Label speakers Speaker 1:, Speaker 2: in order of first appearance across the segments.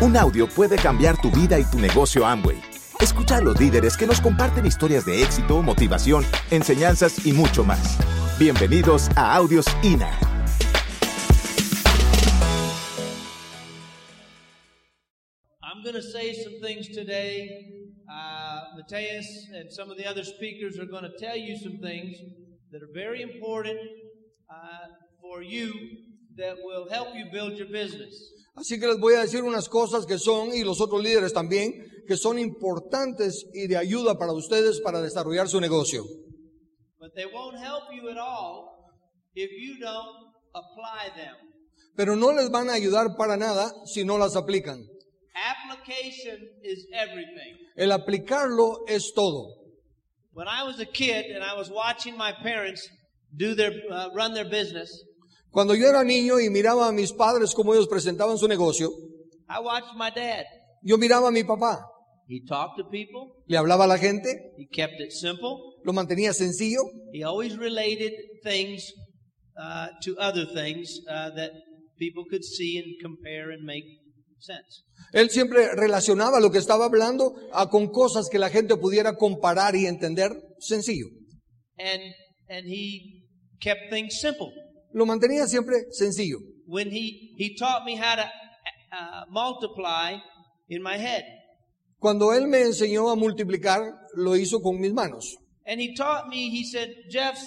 Speaker 1: Un audio puede cambiar tu vida y tu negocio Amway. Escucha a los líderes que nos comparten historias de éxito, motivación, enseñanzas y mucho más. Bienvenidos a Audios INA.
Speaker 2: I'm going to say some things today. Uh, Mateus and some of the other speakers are going to tell you some things that are very important uh, for you that will help you build your business.
Speaker 3: Así que les voy a decir unas cosas que son, y los otros líderes también, que son importantes y de ayuda para ustedes para desarrollar su negocio.
Speaker 2: But they won't help you at all if you don't apply them.
Speaker 3: Pero no les van a ayudar para nada si no las aplican.
Speaker 2: Application is everything.
Speaker 3: El aplicarlo es todo.
Speaker 2: When I was a kid and I was watching my parents do their uh, run their business,
Speaker 3: Cuando yo era niño y miraba a mis padres cómo ellos presentaban su negocio,
Speaker 2: I watched my dad.
Speaker 3: yo miraba a mi papá,
Speaker 2: He talked to people.
Speaker 3: le hablaba a la gente,
Speaker 2: He kept it simple.
Speaker 3: lo mantenía sencillo
Speaker 2: He always related things uh, to other things uh, that people could see and compare and make sense.
Speaker 3: Él siempre relacionaba lo que estaba hablando a con cosas que la gente pudiera comparar y entender sencillo.
Speaker 2: And and he kept things simple.
Speaker 3: Lo mantenía siempre sencillo.
Speaker 2: When he he taught me how to uh, multiply in my head,
Speaker 3: Cuando él me enseñó a multiplicar, lo hizo con mis manos.
Speaker 2: and he taught me. He said, Jeff,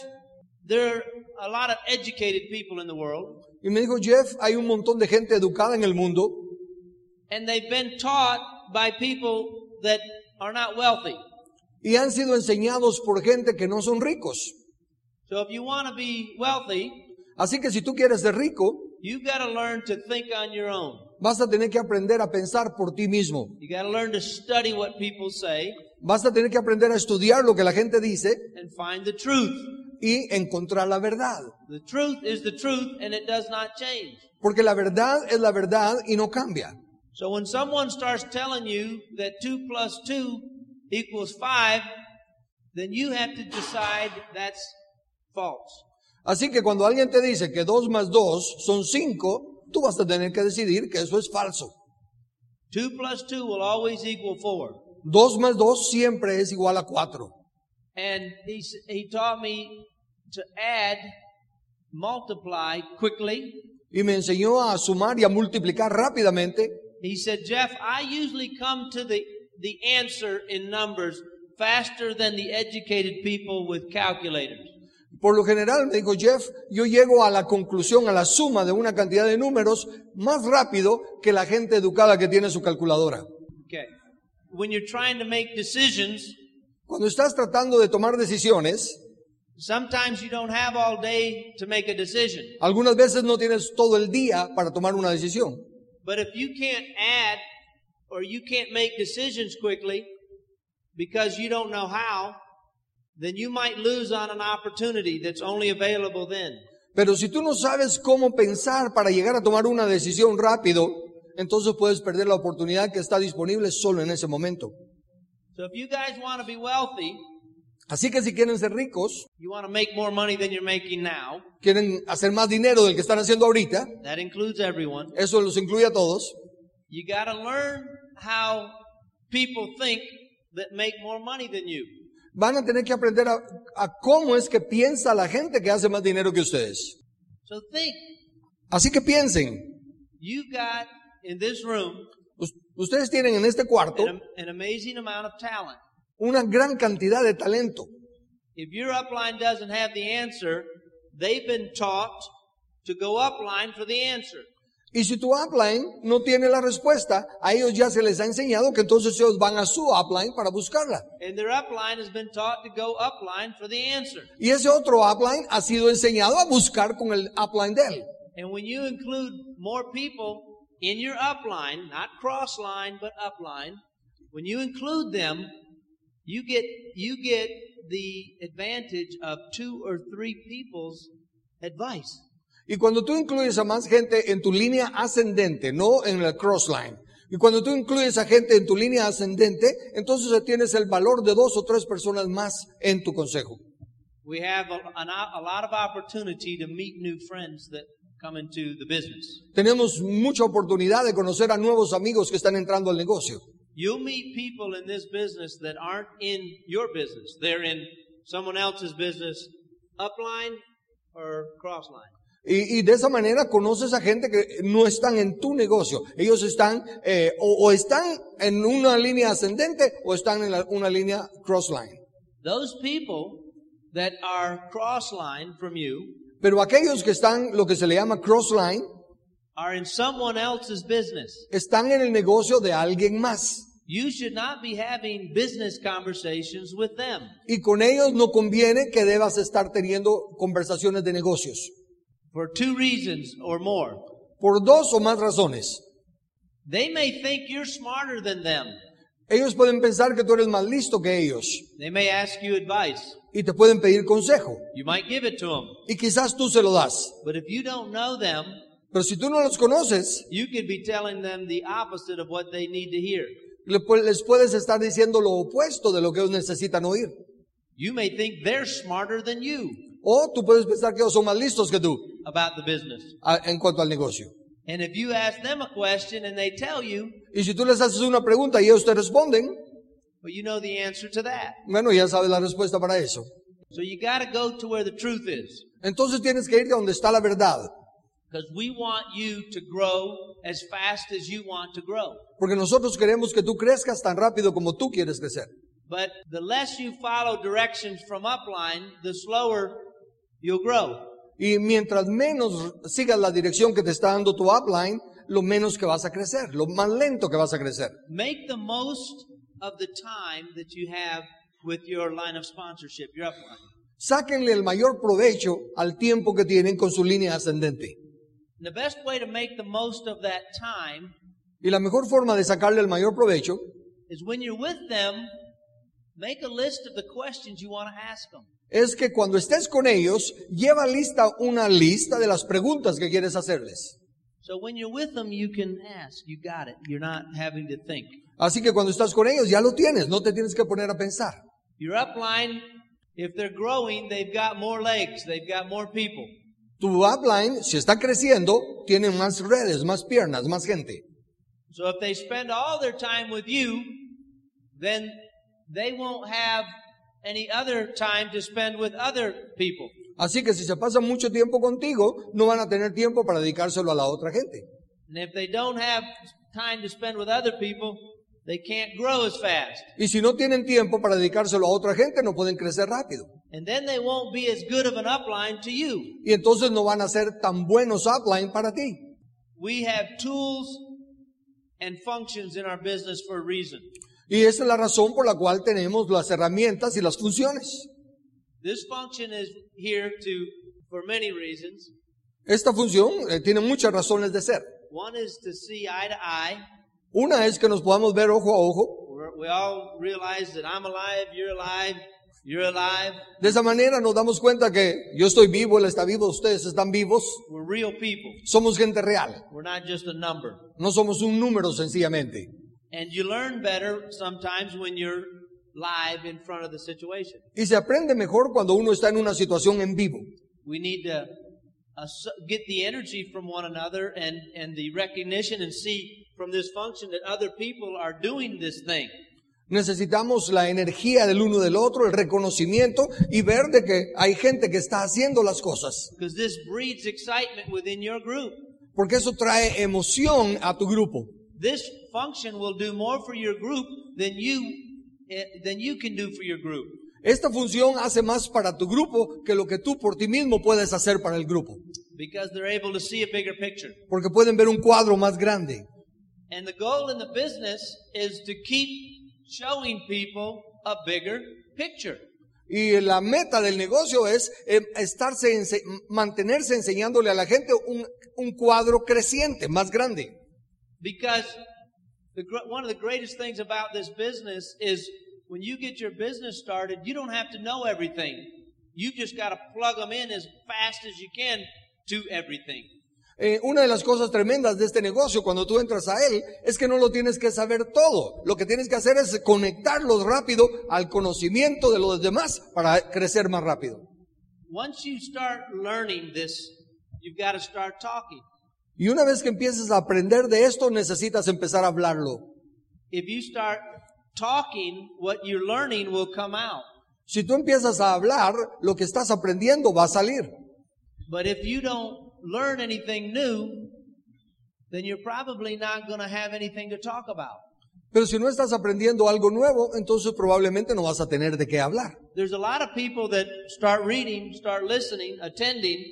Speaker 2: there are a lot of educated people in the world,
Speaker 3: Y me dijo, Jeff, hay un montón de gente educada en el mundo
Speaker 2: and they've been taught by people that are not wealthy.
Speaker 3: y han sido enseñados por gente que no son ricos.
Speaker 2: So if you want to be wealthy,
Speaker 3: Así que si tú quieres ser rico,
Speaker 2: You've got to learn to think on your own.
Speaker 3: vas a tener que aprender a pensar por ti mismo.
Speaker 2: You got to learn to study what people say
Speaker 3: Vas a tener que aprender a estudiar lo que la gente dice
Speaker 2: and find the truth.
Speaker 3: y encontrar la verdad.
Speaker 2: The truth is the truth and it does not change.
Speaker 3: Porque la verdad es la verdad y no cambia.
Speaker 2: So when someone starts telling you that 2 plus 2 equals 5, then you have to decide that's false.
Speaker 3: Así que cuando alguien te dice que 2 más 2 son 5, tú vas a tener que decidir que eso es falso.
Speaker 2: 2 plus 2 will always equal 4.
Speaker 3: 2 más 2 siempre es igual a 4.
Speaker 2: And he, s- he taught me to add, multiply quickly.
Speaker 3: Y me enseñó a sumar y a multiplicar rápidamente.
Speaker 2: He said, Jeff, I usually come to the, the answer in numbers faster than the educated people with calculators.
Speaker 3: Por lo general, me dijo Jeff, yo llego a la conclusión, a la suma de una cantidad de números más rápido que la gente educada que tiene su calculadora.
Speaker 2: Okay. When you're trying to make decisions,
Speaker 3: Cuando estás tratando de tomar decisiones,
Speaker 2: sometimes you don't have all day to make a decision.
Speaker 3: algunas veces no tienes todo el día para tomar una decisión.
Speaker 2: But if you can't add or you can't make decisions quickly because you don't know how, then you might lose on an opportunity that's only available then.
Speaker 3: Pero si tú no sabes cómo pensar para llegar a tomar una decisión rápido, entonces puedes perder la oportunidad que está disponible solo en ese momento.
Speaker 2: So if you guys want to be wealthy,
Speaker 3: Así que si quieren ser ricos,
Speaker 2: you want to make more money than you're making now,
Speaker 3: quieren hacer más dinero del que están haciendo ahorita,
Speaker 2: That includes everyone.
Speaker 3: eso los incluye a todos,
Speaker 2: You got to learn how people think that make more money than you.
Speaker 3: van a tener que aprender a, a cómo es que piensa la gente que hace más dinero que ustedes.
Speaker 2: So think,
Speaker 3: Así que piensen,
Speaker 2: you got in this room
Speaker 3: us- ustedes tienen en este cuarto
Speaker 2: an, an amazing amount of talent.
Speaker 3: una gran cantidad de talento.
Speaker 2: If your upline doesn't have the answer, they've been taught to go upline for the answer.
Speaker 3: Y si tu upline no tiene la respuesta, a ellos ya se les ha enseñado que entonces ellos van a su upline para buscarla.
Speaker 2: And their upline has been taught to go upline for the answer.
Speaker 3: Y ese otro upline ha sido enseñado a buscar con el upline de él.
Speaker 2: And when you include more people in your upline, not cross line, but upline, when you include them, you get you get the advantage of two or three people's advice.
Speaker 3: Y cuando tú incluyes a más gente en tu línea ascendente, no en la crossline. Y cuando tú incluyes a gente en tu línea ascendente, entonces tienes el valor de dos o tres personas más en tu consejo.
Speaker 2: We have a, an, o- a lot of opportunity to meet new friends that come into the business.
Speaker 3: Tenemos mucha oportunidad de conocer a nuevos amigos que están entrando al negocio.
Speaker 2: You'll meet people in this business that aren't in your business. They're in someone else's business, upline or crossline.
Speaker 3: Y, y de esa manera conoces a gente que no están en tu negocio. Ellos están eh, o, o están en una línea ascendente o están en la- una línea crossline.
Speaker 2: Those people that are crossline from you
Speaker 3: Pero aquellos que están lo que se le llama crossline
Speaker 2: are in someone else's business.
Speaker 3: están en el negocio de alguien más.
Speaker 2: You should not be having business conversations with them.
Speaker 3: Y con ellos no conviene que debas estar teniendo conversaciones de negocios.
Speaker 2: for two reasons or more.
Speaker 3: Por dos o más razones.
Speaker 2: They may think you're smarter than them.
Speaker 3: Ellos pueden pensar que tú eres más listo que ellos
Speaker 2: They may ask you advice.
Speaker 3: y te pueden pedir consejo.
Speaker 2: You might give it to them.
Speaker 3: Y quizás tú se lo das.
Speaker 2: But if you don't know them,
Speaker 3: Pero si tú no los conoces,
Speaker 2: you could be telling them the opposite of what they need to hear.
Speaker 3: le pu- les puedes estar diciendo lo opuesto de lo que ellos necesitan oír.
Speaker 2: You may think they're smarter than you
Speaker 3: O tú puedes pensar que ellos son más listos que tú
Speaker 2: about the business.
Speaker 3: a- en cuanto al negocio.
Speaker 2: And if you ask them a question and they tell you,
Speaker 3: Y si tú les haces una pregunta y ellos te responden,
Speaker 2: well, you know the answer to that.
Speaker 3: bueno, ya sabes la respuesta para eso.
Speaker 2: So you got to go to where the truth is
Speaker 3: Entonces tienes que ir a donde está la verdad.
Speaker 2: because we want you to grow as fast as you want to grow.
Speaker 3: Porque nosotros queremos que tú crezcas tan rápido como tú quieres crecer.
Speaker 2: But the less you follow directions from upline, the slower you'll grow.
Speaker 3: Y mientras menos sigas la dirección que te está dando tu upline, lo menos que vas a crecer, lo más lento que vas a crecer.
Speaker 2: Make the most of the time that you have with your line of sponsorship, your upline.
Speaker 3: Sáquenle el mayor provecho al tiempo que tienen con su línea ascendente.
Speaker 2: And the best way to make the most of that time
Speaker 3: Y la mejor forma de sacarle el mayor provecho
Speaker 2: is when you're with them, make a list of the questions you want to ask them.
Speaker 3: es que cuando estés con ellos, lleva lista una lista de las preguntas que quieres hacerles.
Speaker 2: So when you're with them, you can ask. You got it. You're not having to think.
Speaker 3: Así que cuando estás con ellos ya lo tienes, no te tienes que poner a pensar.
Speaker 2: Your upline, if they're growing, they've got more legs. They've got more people.
Speaker 3: Tu upline, si está creciendo, tiene más redes, más piernas, más gente.
Speaker 2: So if they spend all their time with you, then they won't have any other time to spend with other people.
Speaker 3: Así que si se pasan mucho tiempo contigo, no van a tener tiempo para dedicárselo a la otra gente.
Speaker 2: And if they don't have time to spend with other people, they can't grow as fast.
Speaker 3: Y si no tienen tiempo para dedicárselo a otra gente, no pueden crecer rápido.
Speaker 2: And then they won't be as good of an upline to you.
Speaker 3: Y entonces no van a ser tan buenos upline para ti.
Speaker 2: We have tools and functions in our business for a reason.
Speaker 3: Y esa es la razón por la cual tenemos las herramientas y las funciones.
Speaker 2: This function is here to for many reasons.
Speaker 3: Esta función eh, tiene muchas razones de ser.
Speaker 2: One is to see eye to eye.
Speaker 3: Una es que nos podamos ver ojo a ojo.
Speaker 2: We're, we all realize that I'm alive, you're alive, you're alive.
Speaker 3: De esa manera nos damos cuenta que yo estoy vivo, él está vivo, ustedes están vivos.
Speaker 2: We're real people.
Speaker 3: Somos gente real.
Speaker 2: We're not just a number.
Speaker 3: No somos un número sencillamente.
Speaker 2: And you learn better sometimes when you're live in front of the situation.
Speaker 3: Y se aprende mejor cuando uno está en una situación en vivo.
Speaker 2: We need to ass- get the energy from one another and, and the recognition and see from this function that other people are doing this thing.
Speaker 3: Necesitamos la energía del uno del otro, el reconocimiento y ver de que hay gente que está haciendo las cosas.
Speaker 2: Because this breeds excitement within your group.
Speaker 3: Porque eso trae emoción a tu grupo.
Speaker 2: This function will do more for your group than you, eh, than you can do for your group.
Speaker 3: Esta función hace más para tu grupo que lo que tú por ti mismo puedes hacer para el grupo.
Speaker 2: because they're able to see a bigger picture.
Speaker 3: Porque pueden ver un cuadro más grande.
Speaker 2: And the goal in the business is to keep showing people a bigger picture.
Speaker 3: Y la meta del negocio es eh, estarse ense- mantenerse enseñándole a la gente un, un cuadro creciente, más grande.
Speaker 2: Because the, gr- one of the greatest things about this business is when you get your business started, you don't have to know everything. You've just got to plug them in as fast as you can to everything.
Speaker 3: Eh, una de las cosas tremendas de este negocio cuando tú entras a él es que no lo tienes que saber todo. Lo que tienes que hacer es conectarlos rápido al conocimiento de los demás para crecer más rápido.
Speaker 2: Once you start learning this, You've got to start talking.
Speaker 3: Y una vez que empieces a aprender de esto, necesitas empezar a hablarlo.
Speaker 2: If you start talking, what you're learning will come out.
Speaker 3: Si tú empiezas a hablar, lo que estás aprendiendo va a salir.
Speaker 2: But if you don't learn anything new, then you're probably not going to have anything to talk about.
Speaker 3: Pero si no estás aprendiendo algo nuevo, entonces probablemente no vas a tener de qué hablar.
Speaker 2: There's a lot of people that start reading, start listening, attending,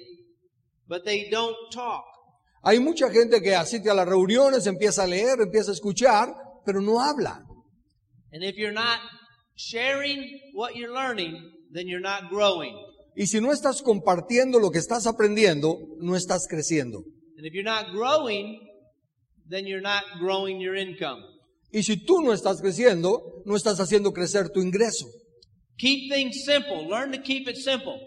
Speaker 2: but they don't talk.
Speaker 3: Hay mucha gente que asiste a las reuniones, empieza a leer, empieza a escuchar, pero no habla.
Speaker 2: And if you're not sharing what you're learning, then you're not growing.
Speaker 3: Y si no estás compartiendo lo que estás aprendiendo, no estás creciendo.
Speaker 2: And if you're not growing, then you're not growing your income.
Speaker 3: Y si tú no estás creciendo, no estás haciendo crecer tu ingreso.
Speaker 2: Keep things simple. Learn to keep it simple.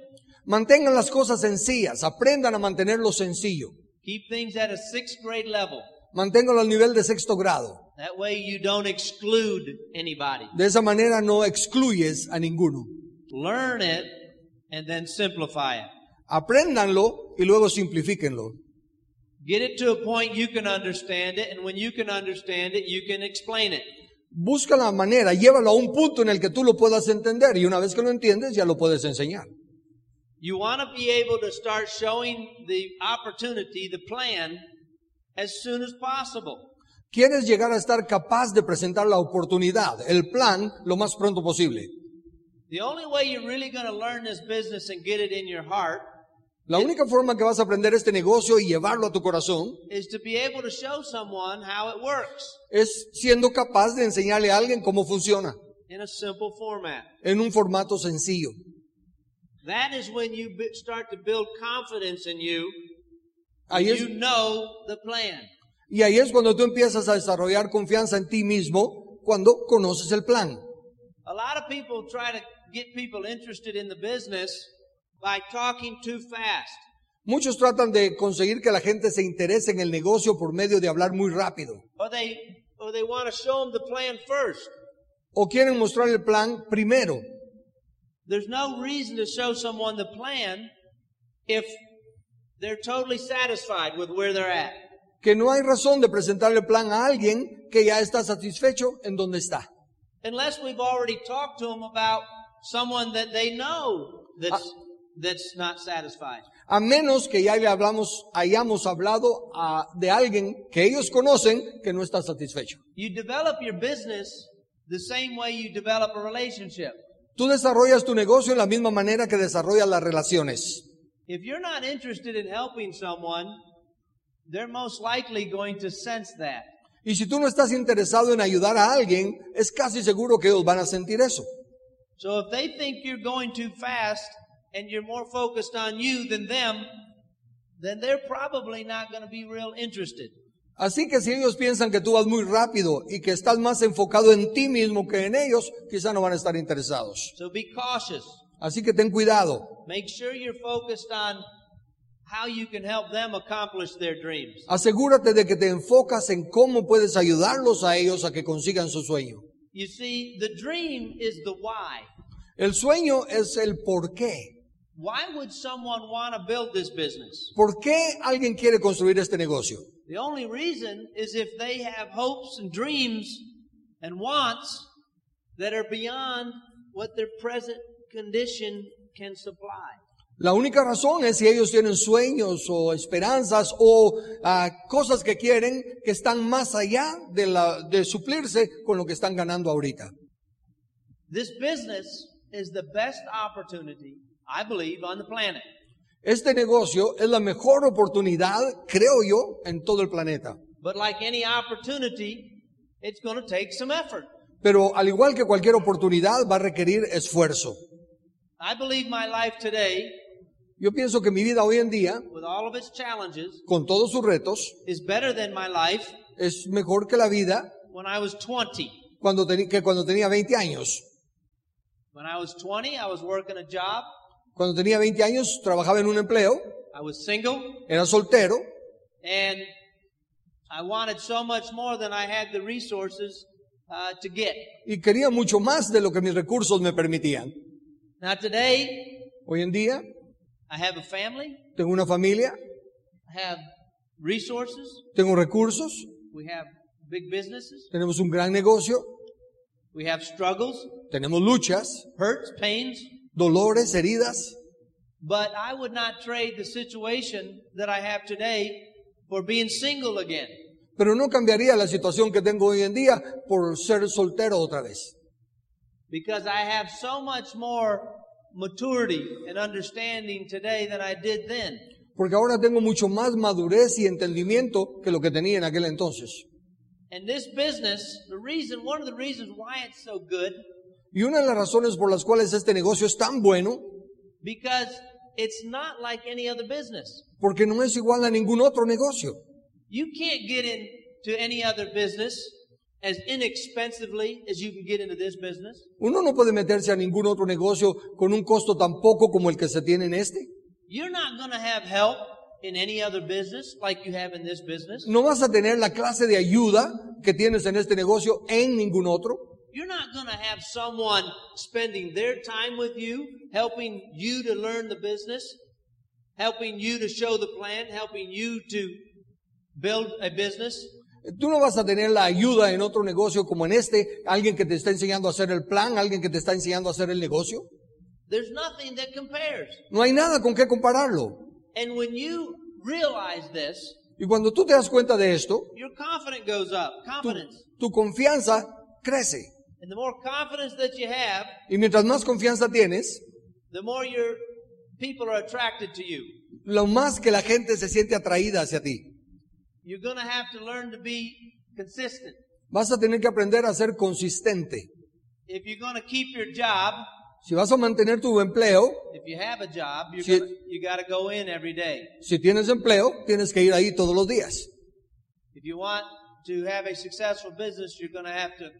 Speaker 3: Mantengan las cosas sencillas, aprendan a mantenerlo sencillo.
Speaker 2: Keep things at a sixth grade level.
Speaker 3: Manténganlo al nivel de sexto grado.
Speaker 2: That way you don't exclude anybody.
Speaker 3: De esa manera no excluyes a ninguno.
Speaker 2: Learn it and then simplify it.
Speaker 3: Apréndanlo y luego simplifíquenlo.
Speaker 2: Get it to a point you can understand it, and when you can understand it, you can explain it.
Speaker 3: Busca la manera, llévalo a un punto en el que tú lo puedas entender y una vez que lo entiendes ya lo puedes enseñar.
Speaker 2: You want to be able to start showing the opportunity, the plan, as soon as possible.
Speaker 3: Quieres llegar a estar capaz de presentar la oportunidad, el plan, lo más pronto posible.
Speaker 2: The only way you're really going to learn this business and get it in your heart
Speaker 3: La única forma que vas a aprender este negocio y llevarlo a tu corazón
Speaker 2: is to be able to show someone how it works
Speaker 3: es siendo capaz de enseñarle a alguien cómo funciona
Speaker 2: in a simple format.
Speaker 3: en un formato sencillo.
Speaker 2: That is when you b- start to build confidence in you.
Speaker 3: Ahí es-
Speaker 2: You know the plan.
Speaker 3: y ahí es cuando tú empiezas a desarrollar confianza en ti mismo cuando conoces el plan.
Speaker 2: A lot of people try to get people interested in the business by talking too fast.
Speaker 3: Muchos tratan de conseguir que la gente se interese en el negocio por medio de hablar muy rápido.
Speaker 2: Or they, or they want to show them the plan first.
Speaker 3: O quieren mostrar el plan primero.
Speaker 2: There's no reason to show someone the plan if they're totally satisfied with where they're at.
Speaker 3: Que no hay razón de presentarle el plan a alguien que ya está satisfecho en donde está.
Speaker 2: Unless we've already talked to them about someone that they know that's, that's not satisfied.
Speaker 3: A menos que ya le hablamos, hayamos hablado a- de alguien que ellos conocen que no está satisfecho.
Speaker 2: You develop your business the same way you develop a relationship.
Speaker 3: Tú desarrollas tu negocio en la misma manera que desarrollas las relaciones.
Speaker 2: If you're not interested in helping someone, they're most likely going to sense that.
Speaker 3: Y si tú no estás interesado en ayudar a alguien, es casi seguro que ellos van a sentir eso.
Speaker 2: So if they think you're going too fast and you're more focused on you than them, then they're probably not going to be real interested.
Speaker 3: Así que si ellos piensan que tú vas muy rápido y que estás más enfocado en ti mismo que en ellos, quizá no van a estar interesados.
Speaker 2: So be cautious.
Speaker 3: Así que ten cuidado.
Speaker 2: Make sure you're focused on how you can help them accomplish their dreams.
Speaker 3: Asegúrate de que te enfocas en cómo puedes ayudarlos a ellos a que consigan su sueño.
Speaker 2: You see, the dream is the why.
Speaker 3: El sueño es el por qué.
Speaker 2: Why would someone want to build this business?
Speaker 3: ¿Por qué alguien quiere construir este negocio?
Speaker 2: The only reason is if they have hopes and dreams and wants that are beyond what their present condition can supply.
Speaker 3: La única razón es si ellos tienen sueños o esperanzas o ah, cosas que quieren que están más allá de, la- de suplirse con lo que están ganando ahorita.
Speaker 2: This business is the best opportunity, I believe, on the planet.
Speaker 3: Este negocio es la mejor oportunidad, creo yo, en todo el planeta.
Speaker 2: But like any opportunity, it's going to take some effort.
Speaker 3: Pero al igual que cualquier oportunidad, va a requerir esfuerzo.
Speaker 2: I believe my life today,
Speaker 3: Yo pienso que mi vida hoy en día,
Speaker 2: with all of its challenges,
Speaker 3: con todos sus retos,
Speaker 2: is better than my life
Speaker 3: es mejor que la vida
Speaker 2: when I was 20.
Speaker 3: cuando teni- que cuando tenía 20 años.
Speaker 2: When I was 20, I was working a job.
Speaker 3: Cuando tenía 20 años, trabajaba en un empleo,
Speaker 2: I was single.
Speaker 3: era soltero,
Speaker 2: And I wanted so much more than I had the resources uh, to get.
Speaker 3: y quería mucho más de lo que mis recursos me permitían.
Speaker 2: Now, today,
Speaker 3: Hoy en día
Speaker 2: I have a family.
Speaker 3: tengo una familia,
Speaker 2: have resources,
Speaker 3: Tengo recursos,
Speaker 2: we have big businesses,
Speaker 3: tenemos un gran negocio,
Speaker 2: we have struggles,
Speaker 3: tenemos luchas,
Speaker 2: hurts, pains,
Speaker 3: dolores, heridas,
Speaker 2: but I would not trade the situation that I have today for being single again.
Speaker 3: pero no cambiaría la situación que tengo hoy en día por ser soltero otra vez.
Speaker 2: because I have so much more maturity and understanding today than I did then.
Speaker 3: Porque ahora tengo mucho más madurez y entendimiento que lo que tenía en aquel entonces.
Speaker 2: And this business, the reason, one of the reasons why it's so good,
Speaker 3: Y una de las razones por las cuales este negocio es tan bueno,
Speaker 2: because it's not like any other business.
Speaker 3: porque no es igual a ningún otro negocio.
Speaker 2: You can't get into any other business as inexpensively as you can get into this business.
Speaker 3: Uno no puede meterse a ningún otro negocio con un costo tan poco como el que se tiene en este.
Speaker 2: You're not going to have help in any other business like you have in this business.
Speaker 3: No vas a tener la clase de ayuda que tienes en este negocio en ningún otro.
Speaker 2: You're not going to have someone spending their time with you, helping you to learn the business, helping you to show the plan, helping you to build a business.
Speaker 3: Tú no vas a tener la ayuda en otro negocio como en este, alguien que te está enseñando a hacer el plan, alguien que te está enseñando a hacer el negocio.
Speaker 2: There's nothing that compares.
Speaker 3: No hay nada con qué compararlo.
Speaker 2: And when you realize this,
Speaker 3: Y cuando tú te das cuenta de esto,
Speaker 2: your confidence goes up.
Speaker 3: tu,
Speaker 2: Confidence.
Speaker 3: tu confianza crece.
Speaker 2: And the more confidence that you have,
Speaker 3: Y mientras más confianza tienes,
Speaker 2: the more your people are attracted to you.
Speaker 3: lo más que la gente se siente atraída hacia ti.
Speaker 2: You're going to have to learn to be consistent.
Speaker 3: Vas a tener que aprender a ser consistente.
Speaker 2: If you're going to keep your job,
Speaker 3: Si vas a mantener tu empleo,
Speaker 2: If you have a job, you're
Speaker 3: Sí.
Speaker 2: gonna, you got to go in every day.
Speaker 3: si tienes empleo, tienes que ir ahí todos los días.
Speaker 2: If you want to have a successful business, you're going to have to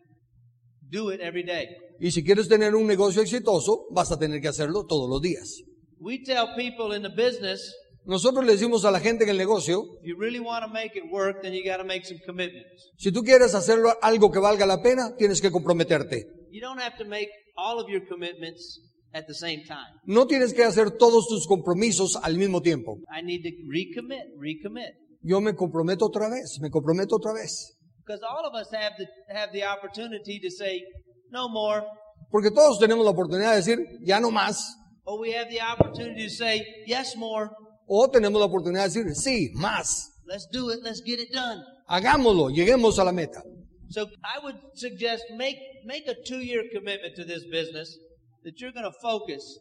Speaker 2: do it every day.
Speaker 3: Y si quieres tener un negocio exitoso, vas a tener que hacerlo todos los días.
Speaker 2: We tell people in the business,
Speaker 3: Nosotros le decimos a la gente en el negocio,
Speaker 2: if you really want to make it work, then you got to make some commitments.
Speaker 3: si tú quieres hacerlo algo que valga la pena, tienes que comprometerte.
Speaker 2: You don't have to make all of your commitments at the same time.
Speaker 3: No tienes que hacer todos tus compromisos al mismo tiempo.
Speaker 2: I need to recommit, recommit,
Speaker 3: Yo me comprometo otra vez, me comprometo otra vez.
Speaker 2: because all of us have the have the opportunity to say no more,
Speaker 3: Porque todos tenemos la oportunidad de decir, ya no más.
Speaker 2: or we have the opportunity to say yes more.
Speaker 3: O tenemos la oportunidad de decir, sí, más.
Speaker 2: Let's do it. Let's get it done.
Speaker 3: Hagámoslo, lleguemos a la meta.
Speaker 2: So I would suggest make make a two year commitment to this business that you're going to focus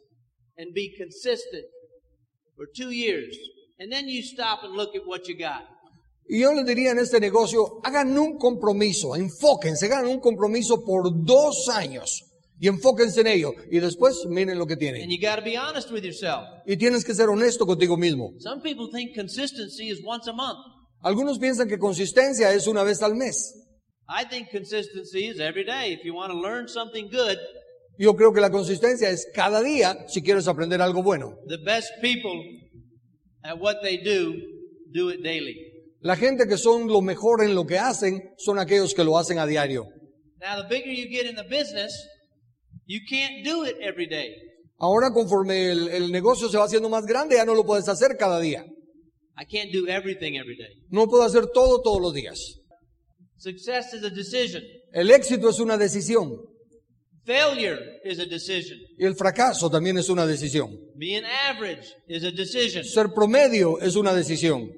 Speaker 2: and be consistent for two years, and then you stop and look at what you got.
Speaker 3: Y yo les diría en este negocio, hagan un compromiso, enfóquense, hagan un compromiso por dos años y enfóquense en ello. Y después miren lo que
Speaker 2: And
Speaker 3: tienen.
Speaker 2: you got to be honest with yourself.
Speaker 3: Y tienes que ser honesto contigo mismo.
Speaker 2: Some people think consistency is once a month.
Speaker 3: Algunos piensan que consistencia es una vez al mes.
Speaker 2: I think consistency is every day. If you want to learn something good,
Speaker 3: Yo creo que la consistencia es cada día si quieres aprender algo bueno.
Speaker 2: the best people at what they do do it daily.
Speaker 3: La gente que son lo mejor en lo que hacen son aquellos que lo hacen a diario.
Speaker 2: Now, the bigger you get in the business, you can't do it every day.
Speaker 3: Ahora conforme el, el negocio se va haciendo más grande, ya no lo puedes hacer cada día.
Speaker 2: I can't do everything every day.
Speaker 3: No puedo hacer todo todos los días.
Speaker 2: Success is a decision.
Speaker 3: El éxito es una decisión
Speaker 2: Failure is a decision.
Speaker 3: y el fracaso también es una decisión.
Speaker 2: Being average is a decision.
Speaker 3: Ser promedio es una decisión.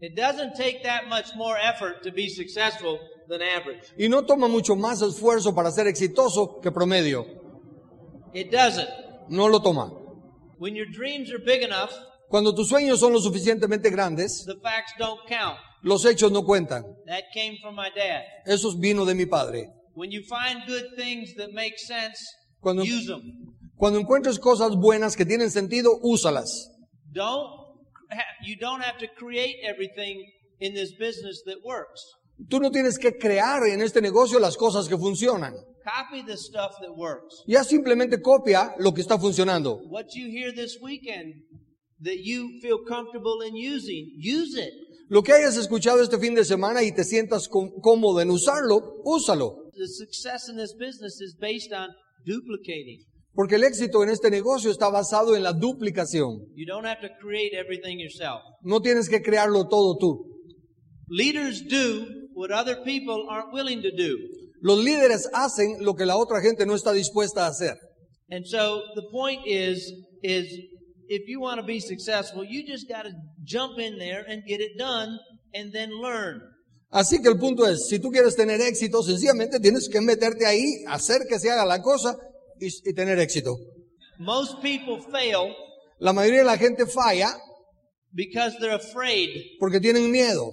Speaker 2: It doesn't take that much more effort to be successful than average.
Speaker 3: Y no toma mucho más esfuerzo para ser exitoso que promedio.
Speaker 2: It doesn't.
Speaker 3: No lo toma.
Speaker 2: When your dreams are big enough,
Speaker 3: Cuando tus sueños son lo suficientemente grandes,
Speaker 2: the facts don't count.
Speaker 3: los hechos no cuentan.
Speaker 2: That came from my dad.
Speaker 3: Eso vino de mi padre.
Speaker 2: When you find good things that make sense,
Speaker 3: Cuando-
Speaker 2: use them.
Speaker 3: Cuando encuentres cosas buenas que tienen sentido, úsalas.
Speaker 2: Don't ha- you don't have to create everything in this business that works.
Speaker 3: Tú no tienes que crear en este negocio las cosas que funcionan.
Speaker 2: Copy the stuff that works.
Speaker 3: Ya simplemente copia lo que está funcionando.
Speaker 2: what you hear this weekend that you feel comfortable in using, use it.
Speaker 3: Lo que hayas escuchado este fin de semana y te sientas com- cómodo en usarlo, úsalo.
Speaker 2: The success in this business is based on duplicating.
Speaker 3: Porque el éxito en este negocio está basado en la duplicación.
Speaker 2: You don't have to create everything yourself.
Speaker 3: No tienes que crearlo todo tú.
Speaker 2: Leaders do what other people aren't willing to do.
Speaker 3: Los líderes hacen lo que la otra gente no está dispuesta a hacer.
Speaker 2: And so the point is, is if you want to be successful, you just got to jump in there and get it done and then learn.
Speaker 3: Así que el punto es, si tú quieres tener éxito, sencillamente tienes que meterte ahí, hacer que se haga la cosa y, y tener éxito.
Speaker 2: Most people fail
Speaker 3: La mayoría de la gente falla
Speaker 2: because they're afraid.
Speaker 3: porque tienen miedo.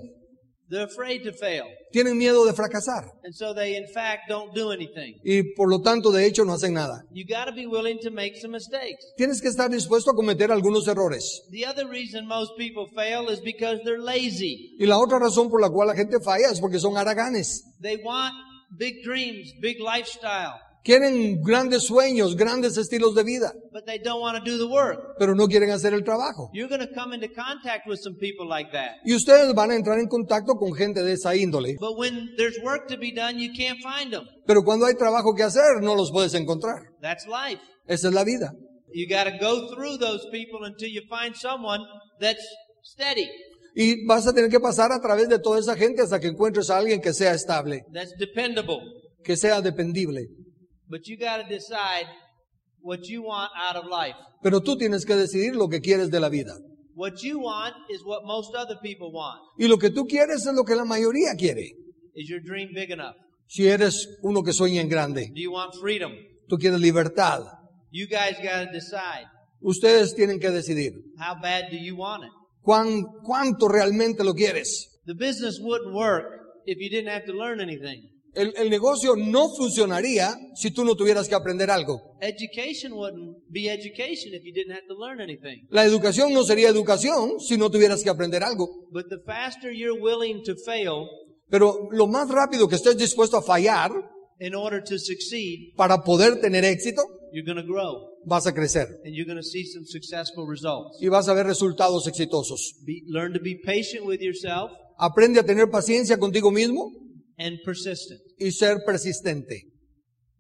Speaker 2: They're afraid to fail.
Speaker 3: Tienen miedo de fracasar.
Speaker 2: And so they, in fact, don't do anything.
Speaker 3: Y por lo tanto, de hecho, no hacen nada.
Speaker 2: You got to be willing to make some mistakes.
Speaker 3: Tienes que estar dispuesto a cometer algunos errores.
Speaker 2: The other reason most people fail is because they're lazy.
Speaker 3: Y la otra razón por la cual la gente falla es porque son haraganes.
Speaker 2: They want big dreams, big lifestyle,
Speaker 3: Quieren grandes sueños, grandes estilos de vida,
Speaker 2: but they don't want to do the work.
Speaker 3: pero no quieren hacer el trabajo.
Speaker 2: You're going to come into contact with some people like that.
Speaker 3: Y ustedes van a entrar en contacto con gente de esa índole,
Speaker 2: But when there's work to be done, you can't find them.
Speaker 3: pero cuando hay trabajo que hacer no los puedes encontrar.
Speaker 2: That's life.
Speaker 3: Esa es la vida.
Speaker 2: You got to go through those people until you find someone that's steady,
Speaker 3: Y vas a tener que pasar a través de toda esa gente hasta que encuentres a alguien que sea estable,
Speaker 2: that's dependable.
Speaker 3: que sea dependible.
Speaker 2: But you got to decide what you want out of life.
Speaker 3: Pero tú tienes que decidir lo que quieres de la vida.
Speaker 2: What you want is what most other people want.
Speaker 3: Y lo que tú quieres es lo que la mayoría quiere.
Speaker 2: Is your dream big enough?
Speaker 3: Si eres uno que sueña en grande,
Speaker 2: Do you want freedom?
Speaker 3: tú quieres libertad.
Speaker 2: You guys got to decide
Speaker 3: Ustedes tienen que decidir
Speaker 2: how bad do you want it?
Speaker 3: cuán, cuánto realmente lo quieres.
Speaker 2: The business wouldn't work if you didn't have to learn anything.
Speaker 3: El, el negocio no funcionaría si tú no tuvieras que aprender algo.
Speaker 2: Education wouldn't be education if you didn't have to learn anything.
Speaker 3: La educación no sería educación si no tuvieras que aprender algo.
Speaker 2: But the faster you're willing to fail
Speaker 3: Pero lo más rápido que estés dispuesto a fallar
Speaker 2: in order to succeed,
Speaker 3: para poder tener éxito,
Speaker 2: you're going to grow
Speaker 3: vas a crecer
Speaker 2: and you're going to see some successful results.
Speaker 3: y vas a ver resultados exitosos.
Speaker 2: Be, learn to be patient with yourself
Speaker 3: Aprende a tener paciencia contigo mismo
Speaker 2: and persistent.
Speaker 3: y ser persistente.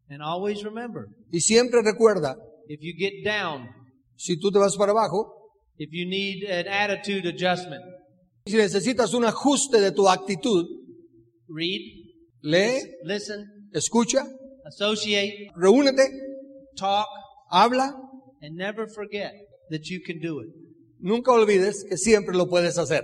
Speaker 2: And always remember,
Speaker 3: Y siempre recuerda,
Speaker 2: if you get down,
Speaker 3: si tú te vas para abajo,
Speaker 2: if you need an attitude adjustment,
Speaker 3: si necesitas un ajuste de tu actitud,
Speaker 2: read,
Speaker 3: lee,
Speaker 2: listen,
Speaker 3: escucha,
Speaker 2: associate,
Speaker 3: reúnete,
Speaker 2: talk,
Speaker 3: habla,
Speaker 2: and never forget that you can do it.
Speaker 3: nunca olvides que siempre lo puedes hacer.